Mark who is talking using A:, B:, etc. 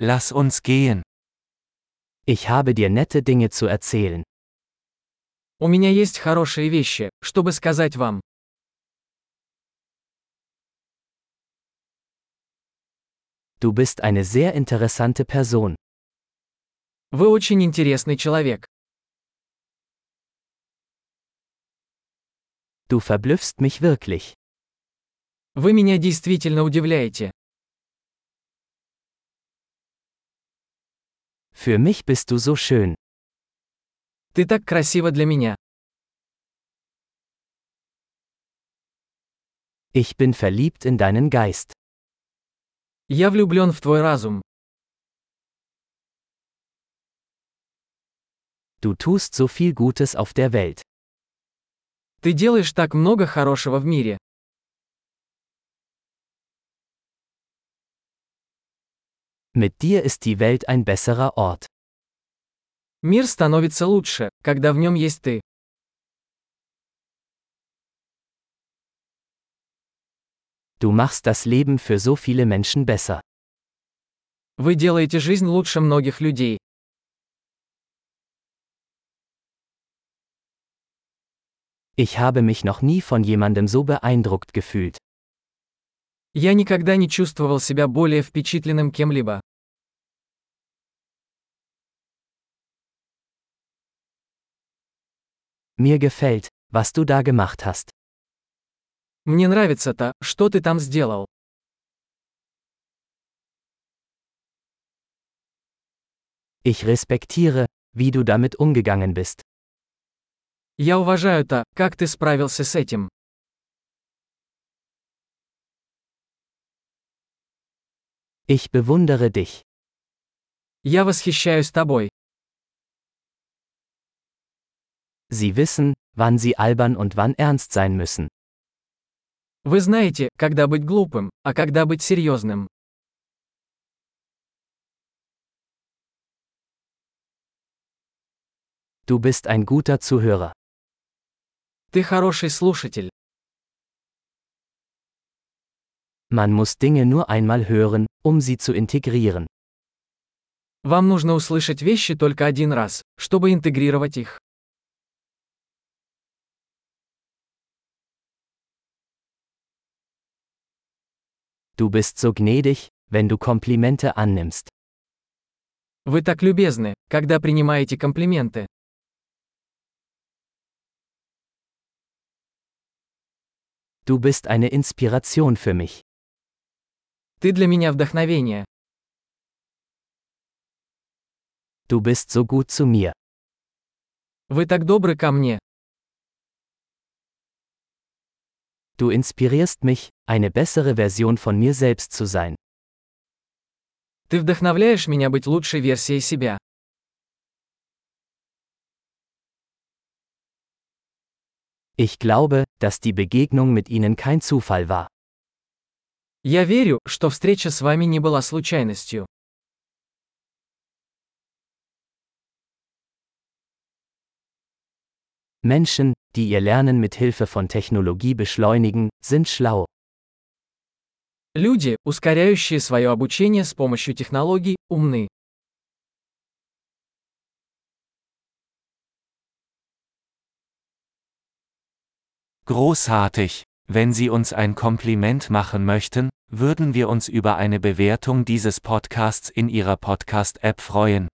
A: Lass uns gehen.
B: Ich habe dir nette Dinge zu erzählen.
C: У меня есть хорошие вещи, чтобы сказать вам.
B: Du bist eine sehr interessante Person.
C: Вы очень интересный человек.
B: Du verblüffst mich wirklich.
C: Вы меня действительно удивляете.
B: Für mich bist du so schön.
C: Ты так красива для меня.
B: Ich bin verliebt in deinen Geist.
C: Я влюблен в твой разум.
B: Du tust so viel Gutes auf der Welt.
C: Ты делаешь так много хорошего в мире.
B: Mit dir ist die Welt ein besserer Ort.
C: Мир становится лучше, когда в нем есть ты.
B: Du machst das Leben für so viele Menschen besser.
C: Вы делаете жизнь лучше многих людей.
B: Ich habe mich noch nie von jemandem so beeindruckt gefühlt.
C: Я никогда не чувствовал себя более впечатленным кем-либо.
B: Mir gefällt, was du da gemacht hast.
C: Мне нравится то, что ты там сделал.
B: Ich respektiere, wie du damit umgegangen bist.
C: Я уважаю то, как ты справился с этим.
B: Ich bewundere dich.
C: Я восхищаюсь тобой.
B: Sie wissen, wann sie albern und wann ernst sein müssen.
C: Вы знаете, когда быть глупым, а когда быть серьезным.
B: Du bist ein guter Zuhörer.
C: Ты хороший слушатель.
B: Man muss Dinge nur einmal hören, um sie zu integrieren.
C: Вам нужно услышать вещи только один раз, чтобы интегрировать их.
B: Du bist so gnädig, wenn du Komplimente annimmst.
C: Вы так любезны, когда принимаете комплименты.
B: Du bist eine Inspiration für mich.
C: Ты для меня вдохновение.
B: Du bist so gut zu mir.
C: Вы так добры ко мне.
B: Du inspirierst mich, eine bessere Version von mir selbst zu sein.
C: Ты вдохновляешь меня быть лучшей версией себя.
B: Ich glaube, dass die Begegnung mit ihnen kein Zufall war.
C: Я верю, что встреча с вами не была случайностью.
B: Menschen, die ihr Lernen mit Hilfe von Technologie beschleunigen, sind schlau.
C: Люди, ускоряющие свое обучение с помощью технологий, умны.
A: Großartig. Wenn Sie uns ein Kompliment machen möchten, würden wir uns über eine Bewertung dieses Podcasts in Ihrer Podcast-App freuen.